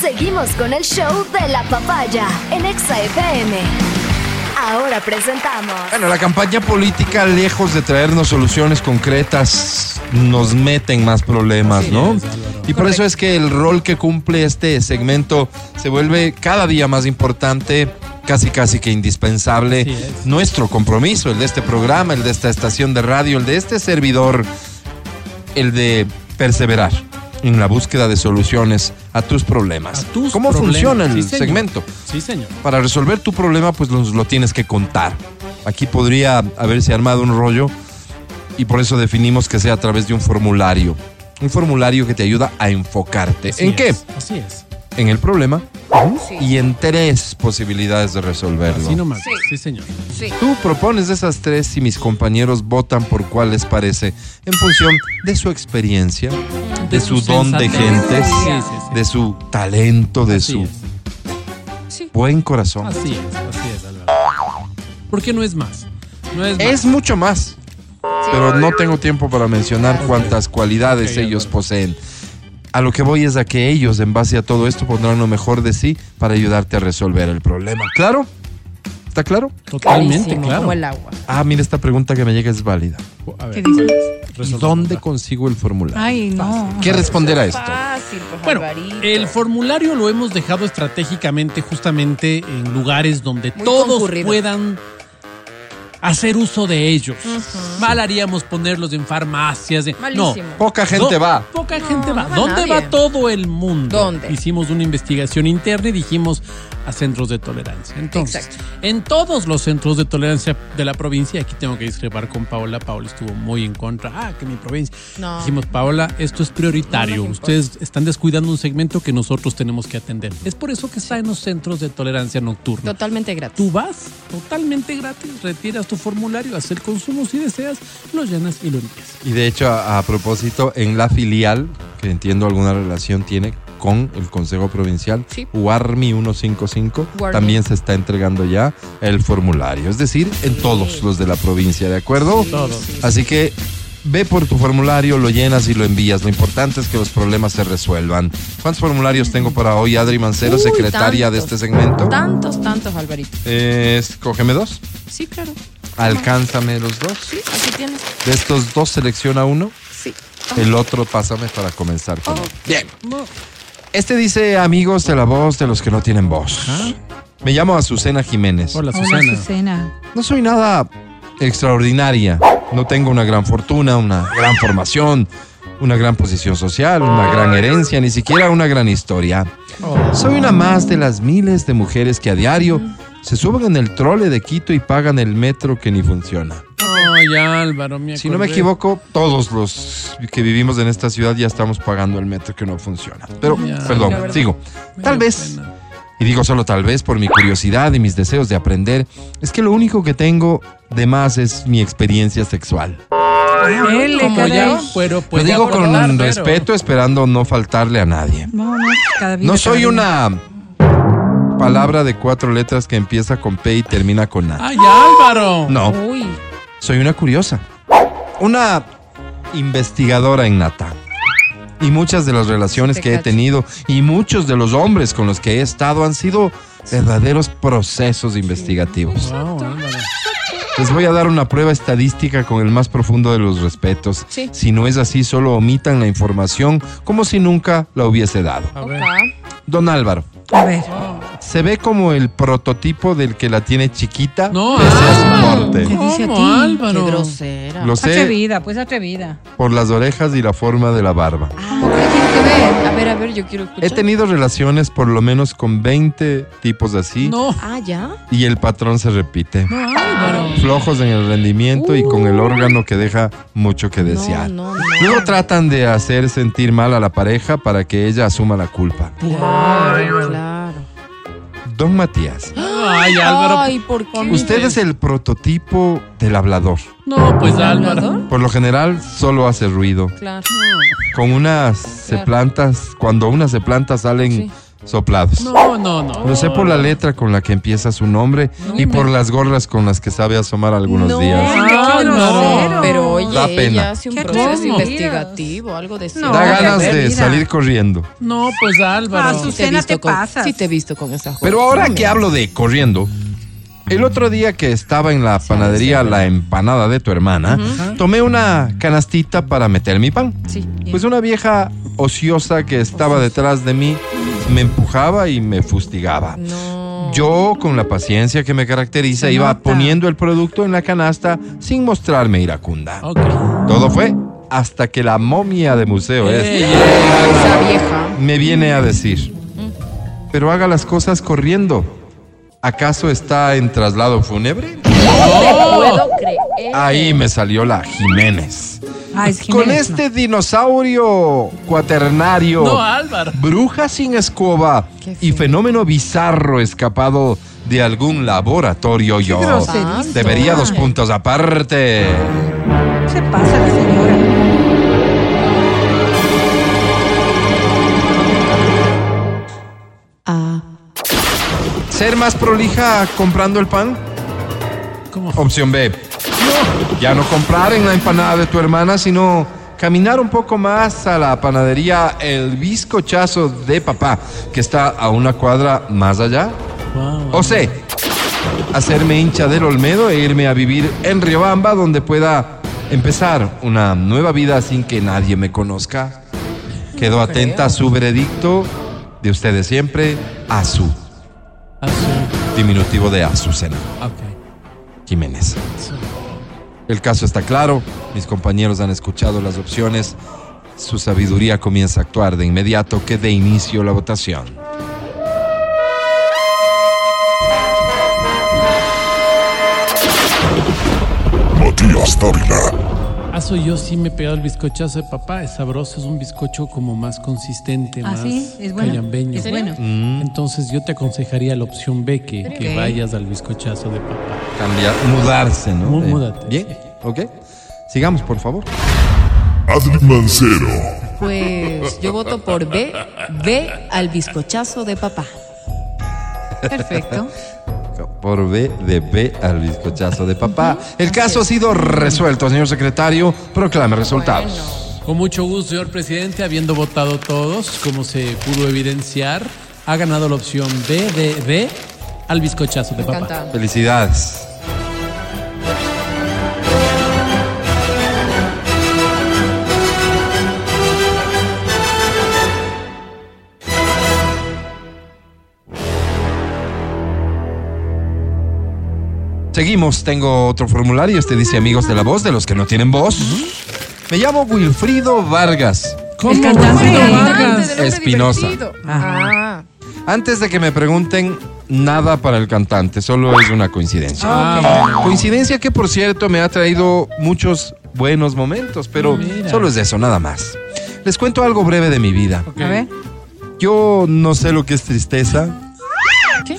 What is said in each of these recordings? Seguimos con el show de la papaya en Exa FM. Ahora presentamos. Bueno, la campaña política, lejos de traernos soluciones concretas, nos meten más problemas, ¿no? Y por eso es que el rol que cumple este segmento se vuelve cada día más importante, casi casi que indispensable. Nuestro compromiso, el de este programa, el de esta estación de radio, el de este servidor, el de perseverar en la búsqueda de soluciones a tus problemas. A tus ¿Cómo problemas. funciona el Sí, señor. segmento? Sí, señor. para resolver tu problema, pues nos lo tienes que contar. Aquí podría haberse armado un rollo y por eso definimos que sea a través de un formulario. Un formulario que te ayuda a enfocarte. Así ¿En es, qué? Así es. En el problema Sí. y en tres posibilidades de resolverlo. Así nomás. Sí. Sí, señor. Sí. Tú propones de esas tres y mis compañeros votan por cuál les parece en función de su experiencia, de, su, don de sensatez. gentes, Sí, sí, sí. de su talento, de Así su es. buen corazón. Así es, así es, Álvaro. ¿Por qué no es más? No es, Es más. mucho más. Pero no tengo tiempo para mencionar Ok. cuántas cualidades Ok, ellos Álvaro. poseen. A lo que voy es a que ellos, en base a todo esto, pondrán lo mejor de sí para ayudarte a resolver el problema. ¿Claro? ¿Está claro? Totalmente, Clarísimo, claro. Como el agua. Ah, mira, esta pregunta que me llega es válida. A ver, ¿Qué dice? resolvamos ¿Dónde la- consigo el formulario? Ay, no. ¿Qué responder a esto? Ah. Fácil, pues, Bueno, Alvarito. el formulario lo hemos dejado estratégicamente justamente en lugares donde Muy todos concurrido. puedan hacer uso de ellos. Mal haríamos ponerlos en farmacias. en- Malísimo. No. Poca gente No, va. Poca gente va. no va ¿Dónde nadie. va todo el mundo? ¿Dónde? Hicimos una investigación interna y dijimos a centros de tolerancia. Entonces, Exacto. en todos los centros de tolerancia de la provincia, aquí tengo que discrepar con Paola, Paola estuvo muy en contra. Ah, que mi provincia. No. Dijimos, Paola, esto es prioritario. No nos importa. Ustedes están descuidando un segmento que nosotros tenemos que atender. Es por eso que está en los centros de tolerancia nocturna. Totalmente gratis. Tú vas totalmente gratis, retiras tu formulario, haces el consumo si deseas, lo llenas y lo envías. Y de hecho, a, a propósito, en la filial, que entiendo alguna relación tiene con el Consejo Provincial, Sí. UARMI 155, Warmi. también se está entregando ya el formulario. Es decir, en todos los de la provincia, ¿de acuerdo? Todos. Así que ve por tu formulario, lo llenas y lo envías. Lo importante es que los problemas se resuelvan. ¿Cuántos formularios tengo para hoy, Adri Mancero, Uy, secretaria de tantos, este segmento? Tantos, tantos, Alvarito. Eh, escógeme dos. Sí, claro. Alcánzame los dos. Sí, aquí tienes. De estos dos selecciona uno. Sí. El otro pásame para comenzar. con- Bien. No. Este dice amigos de la voz de los que no tienen voz. Me llamo Azucena Jiménez. Hola, Hola, Susana. Susana. No soy nada extraordinaria. No tengo una gran fortuna, una gran formación, una gran posición social, una gran herencia, ni siquiera una gran historia. Soy una más de las miles de mujeres que a diario se suben en el trole de Quito y pagan el metro que ni funciona. Ay, Álvaro, me Si no me acordé. equivoco, todos los que vivimos en esta ciudad ya estamos pagando el metro que no funciona. Pero, Ya. perdón, La verdad. sigo. Me Tal dio vez, pena. y digo solo tal vez por mi curiosidad y mis deseos de aprender, es que lo único que tengo de más es mi experiencia sexual. Dele, Como ya, caray. pero Lo puede digo con Pues abordar, pero- respeto, esperando no faltarle a nadie. No, no, cada vida, No soy cada vida. una palabra de cuatro letras que empieza con P y termina con A. Ay, Álvaro. No, Uy, Soy una curiosa, una investigadora innata. Y muchas de las relaciones Te que he cacho. tenido y muchos de los hombres con los que he estado han sido verdaderos procesos investigativos. Wow, Álvaro. Les voy a dar una prueba estadística con el más profundo de los respetos. Sí. Si no es así, solo omitan la información como si nunca la hubiese dado. A ver. opa. Don Álvaro, A ver, se ve como el prototipo del que la tiene chiquita No, pese a su Álvaro. porte. Te dice a ¿Cómo, ti? Qué Álvaro? grosera. Lo sé atrevida, pues atrevida. por las orejas y la forma de la barba. Ah, ¿por qué tiene que ver? A ver, a ver, yo quiero escuchar. He tenido relaciones por lo menos con 20 tipos así No, Ah, ya. y el patrón se repite. no, Álvaro. Flojos en el rendimiento y con el órgano que deja mucho que desear. No, no, Luego tratan de hacer sentir mal a la pareja para que ella asuma la culpa. Claro, claro. Don Matías, Ay, Álvaro. Ay, ¿por qué? usted es el prototipo del hablador. No, pues Álvaro. Por lo general solo hace ruido. Claro. Con unas se plantas, cuando unas se plantas salen Sí. soplados. No, no, no. Lo sé por la letra con la que empieza su nombre y por las gorras con las que sabe asomar algunos no, días. Ah, No, no, grosero. Pero oye, Da pena. ella hace un Qué proceso cómodo. investigativo, algo de No, da qué ganas de aburrida. salir corriendo. No, pues Álvaro. Ah, sus- Azucena, te con, pasas. Sí te he visto con esas Pero cosas. ahora No, que hablo de corriendo, el otro día que estaba en la panadería La Empanada de tu hermana, tomé una canastita para meter mi pan. Sí, Pues una vieja ociosa que estaba detrás de mí me empujaba y me fustigaba. no. Yo, con la paciencia que me caracteriza, Se iba nota. poniendo el producto en la canasta sin mostrarme iracunda. Ok. Todo fue hasta que la momia de museo es Ey, Esa vieja. me viene a decir, pero haga las cosas corriendo. ¿Acaso está en traslado fúnebre? Puedo creer. Ahí me salió la Jiménez. Ah, es Con Jiménez, este dinosaurio cuaternario, No, ah. Álvaro. bruja sin escoba Qué y feo. fenómeno bizarro escapado de algún laboratorio, yo groserizo. debería dos puntos aparte. no. Se pasa la señora. Ah, ¿Ser más prolija comprando el pan? ¿Cómo? Opción B. Ya no comprar en la empanada de tu hermana, sino caminar un poco más a la panadería El Bizcochazo de Papá, que está a una cuadra más allá. Wow. O C. Hacerme hincha del Olmedo e irme a vivir en Riobamba, donde pueda empezar una nueva vida sin que nadie me conozca. Quedo atenta a su veredicto de ustedes siempre, a su Azu- diminutivo de Azucena. Ah, ok. Jiménez. El caso está claro, mis compañeros han escuchado las opciones, su sabiduría comienza a actuar de inmediato que dé inicio la votación. Matías Dávila, Azu, Ah, yo sí me he pegado el bizcochazo de papá. Es sabroso, es un bizcocho como más consistente, Ah, más sí, es bueno. callambeño. Es bueno. Mm. Entonces yo te aconsejaría la opción B, que, que vayas al bizcochazo de papá. Cambiar, mudarse, ¿no? Mu- Eh, múdate, Bien, sí. ok. Sigamos, por favor. Adri Mancero, pues yo voto por B. B al bizcochazo de papá. Perfecto. Por B de B al bizcochazo de papá. El caso ha sido resuelto, señor secretario. Proclame resultados. Con mucho gusto, señor presidente, habiendo votado todos, como se pudo evidenciar, ha ganado la opción B de B al bizcochazo de papá. Encantado. Felicidades. Seguimos, tengo otro formulario. Este dice amigos de la voz, de los que no tienen voz. Me llamo Wilfrido Vargas. El cantante Wilfrido de Vargas? del hombre Espinosa. divertido. Ajá. Ah. Antes de que me pregunten, nada para el cantante, solo es una coincidencia. Ah, Coincidencia que, por cierto, me ha traído muchos buenos momentos, pero Mira. solo es eso, nada más. Les cuento algo breve de mi vida. Ok. A ver. Yo no sé lo que es tristeza. ¿Qué?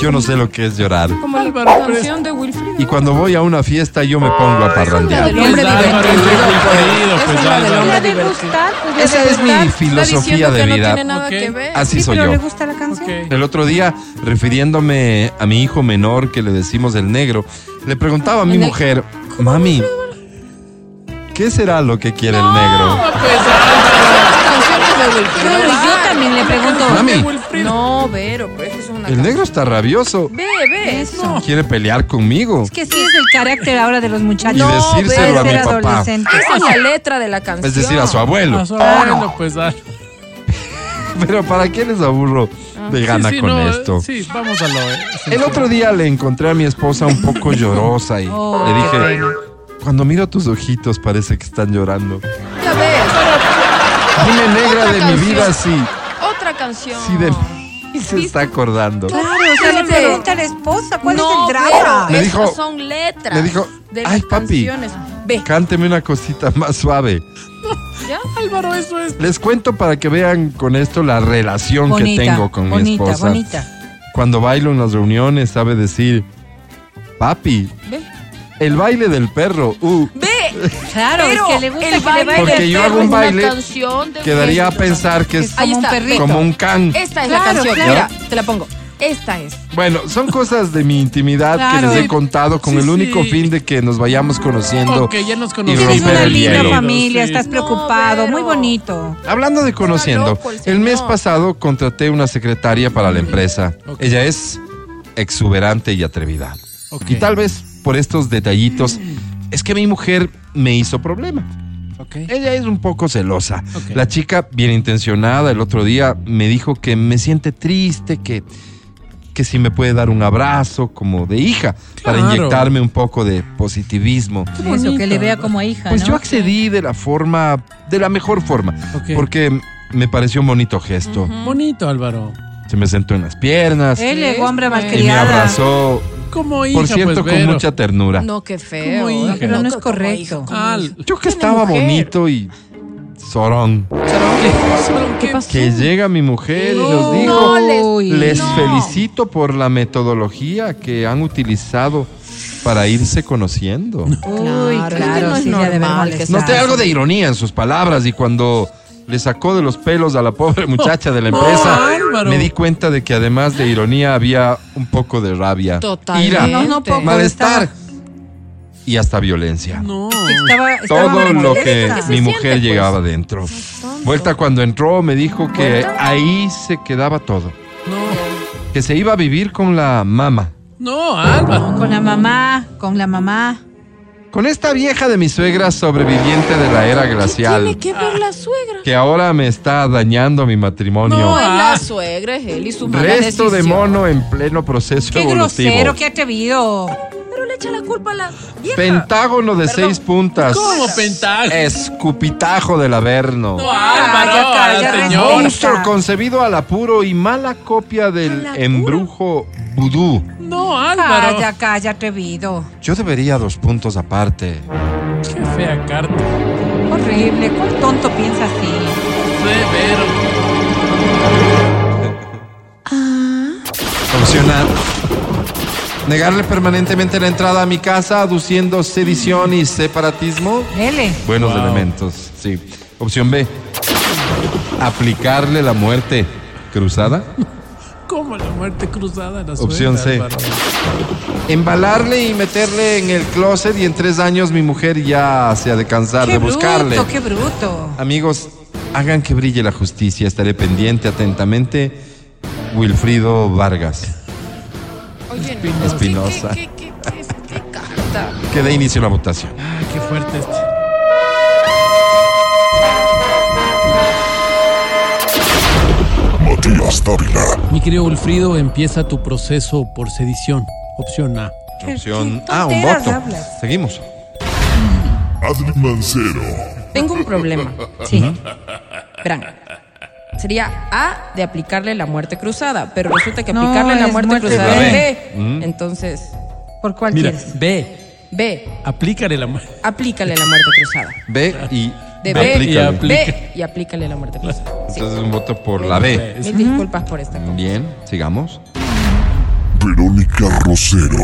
Yo no sé lo que es llorar. Como Álvaro, la pero- canción de Wilfrido. Y cuando voy a una fiesta, yo me pongo a parrandear. del Pues hombre Álvaro es divertido, Wilfrido, Esa pues, es la del Álvaro. hombre Podría divertido. degustar, podría Esa es mi degustar. Está filosofía diciendo de que no vida. tiene nada Ok. que ver. Así Sí, soy pero yo. le gusta la canción. Ok. El otro día, refiriéndome a mi hijo menor, que le decimos el negro, le preguntaba a mi El ne- mujer, mami, ¿qué será lo que quiere el negro? Canciones de Wilfrido. Pero yo también le pregunto. Mami, pues, No, Vero, pues es una el negro está rabioso, Ve, ve. Eso. quiere pelear conmigo. Es que sí es el carácter ahora de los muchachos. Y decírselo Puede a mi ser papá. adolescente. Esa es la letra de la canción. Es decir, a su abuelo. A su abuelo, pues Álvaro. Pero ¿para qué les aburro de gana Ah, Sí, sí, con no, eh, esto? Sí, vamos a lo. El otro día le encontré a mi esposa un poco llorosa y Oh, le dije, cuando miro tus ojitos parece que están llorando. Ya ves, Dime negra Otra de mi canción. vida, sí, otra canción. sí de mí se está acordando. Claro, o sea, le Espérate. pregunta a la esposa cuál no, es el drama. Vero, Me esas dijo- son letras. me dijo, de las "Ay, papi". Canciones. Ve, Cánteme una cosita más suave. ya. Álvaro, eso es. Les cuento para que vean con esto la relación que tengo con mi bonita, esposa. bonita. Cuando bailo en las reuniones sabe decir, papi, Ve. el baile del perro, uh, Ve, Claro, Pero es que le gusta el que le baile baile Porque del yo perro hago un es una baile, canción de- quedaría a pensar que es Ahí Ahí como un está. perrito. como un can. Esta es la Claro, canción. claro. Mira, te la pongo. Esta es. Bueno, son cosas de mi intimidad que Claro. les he Sí, contado con sí, el único sí. fin de que nos vayamos conociendo Ok, ya nos y conocimos. Tienes romper una el linda hielo. familia, Sí. estás preocupado, muy bonito. Hablando de conociendo, loco el señor. el mes pasado contraté una secretaria para la empresa. Ok. Ella es exuberante y atrevida. Ok. Y tal vez por estos detallitos es que mi mujer me hizo problema. Ok. Ella es un poco celosa. Ok. La chica, bien intencionada, el otro día me dijo que me siente triste, que, que si me puede dar un abrazo como de hija para Claro. inyectarme un poco de positivismo. Eso, que le vea como a hija, Pues ¿no? yo accedí de la forma, de la mejor forma, Ok. porque me pareció un bonito gesto. Bonito, Álvaro. Se me sentó en las piernas Él es hombre y me malcriada. abrazó, Como hija, por cierto, pues, con Vero. mucha ternura. No, qué feo. Como hija. Pero no es Loco, como correcto. hijo, como Al- hija. Yo que Tiene estaba mujer. bonito y sorón, ¿Qué pasó? que llega mi mujer y nos dijo... No, les- Uy. Les No. felicito por la metodología que han utilizado para irse conociendo. Uy, Claro, es que no claro, es sí, ya de normal verdad. que No te algo de ironía en sus palabras y cuando le sacó de los pelos a la pobre muchacha de la empresa, Oh, Álvaro. me di cuenta de que además de ironía había un poco de rabia, Totalmente. ira, No, no, poco, malestar estaba- y hasta violencia. No. Estaba, estaba Todo lo molesta. que se mi siente, mujer pues. llegaba dentro. Vuelta cuando entró me dijo que ahí se quedaba todo, No. que se iba a vivir con la mamá. No, Álvaro. Con la mamá, con la mamá. Con esta vieja de mi suegra sobreviviente de la era glacial, Tiene que ver la suegra. que ahora me está dañando mi matrimonio. No, es Ah. la suegra, es él y su mala Resto de decisión. mono en pleno proceso Qué evolutivo. grosero, qué atrevido. Pero le echa la culpa a la vieja. Pentágono de seis puntas. ¿Cómo pentágono? Escupitajo del Averno. No, Álvaro, ya, ya, a la ya, señora. respeta. Monstruo concebido al apuro y mala copia del embrujo vudú. No, Álvaro. Calla, calla, atrevido. Yo debería dos puntos aparte. Qué fea carta. Horrible, cuál tonto piensa así. Severo. Opcional. Negarle permanentemente la entrada a mi casa aduciendo sedición y separatismo. Dele. Buenos Wow. elementos, sí. Opción B. Aplicarle la muerte cruzada. Como la muerte cruzada la Opción suegra, C. Álvaro. Embalarle y meterle en el closet y en tres años mi mujer ya se ha de cansar Qué de buscarle. bruto, qué bruto. Amigos, hagan que brille la justicia. Estaré pendiente atentamente. Wilfrido Vargas. Oye, no. Espinosa. ¿Qué, qué, qué, qué, qué, qué carta? Que dé inicio a la votación. Ay, qué fuerte este. Matías Dávila, Mi querido Wilfrido, empieza tu proceso por sedición. Opción A. Qué- Opción qué A, un tonteras voto. hablas. Seguimos. Adri Mancero, Tengo un problema. Sí. Verán. Sería A de aplicarle la muerte cruzada, pero resulta que No, aplicarle la es muerte, muerte cruzada Mm. B. es B. Entonces, ¿Por cuál Mira, quieres? B. B, Aplícale la muerte. aplícale la muerte cruzada. B y De B. aplícale. Y Aplica. B y aplícale la muerte cruzada. Sí. Entonces un voto por la B. Mil disculpas por esta. Bien, sigamos. Verónica Rosero,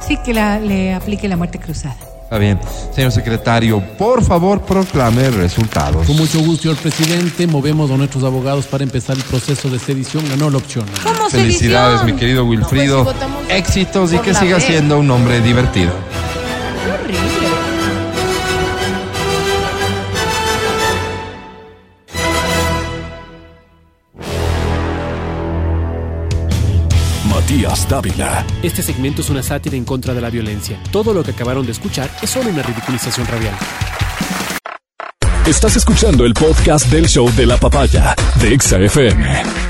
Sí, que la- le aplique la muerte cruzada. Está bien. Señor secretario, por favor, proclame resultados. Con mucho gusto, señor presidente. Movemos a nuestros abogados para empezar el proceso de sedición. Ganó la opción A. ¿Cómo Felicidades, mi sedición? querido Wilfrido. pues, si votamos Éxitos y por que la siga B. siendo un hombre divertido. Matías Dávila, Este segmento es una sátira en contra de la violencia. Todo lo que acabaron de escuchar es solo una ridiculización radial. Estás escuchando el podcast del show de la papaya de Exa FM.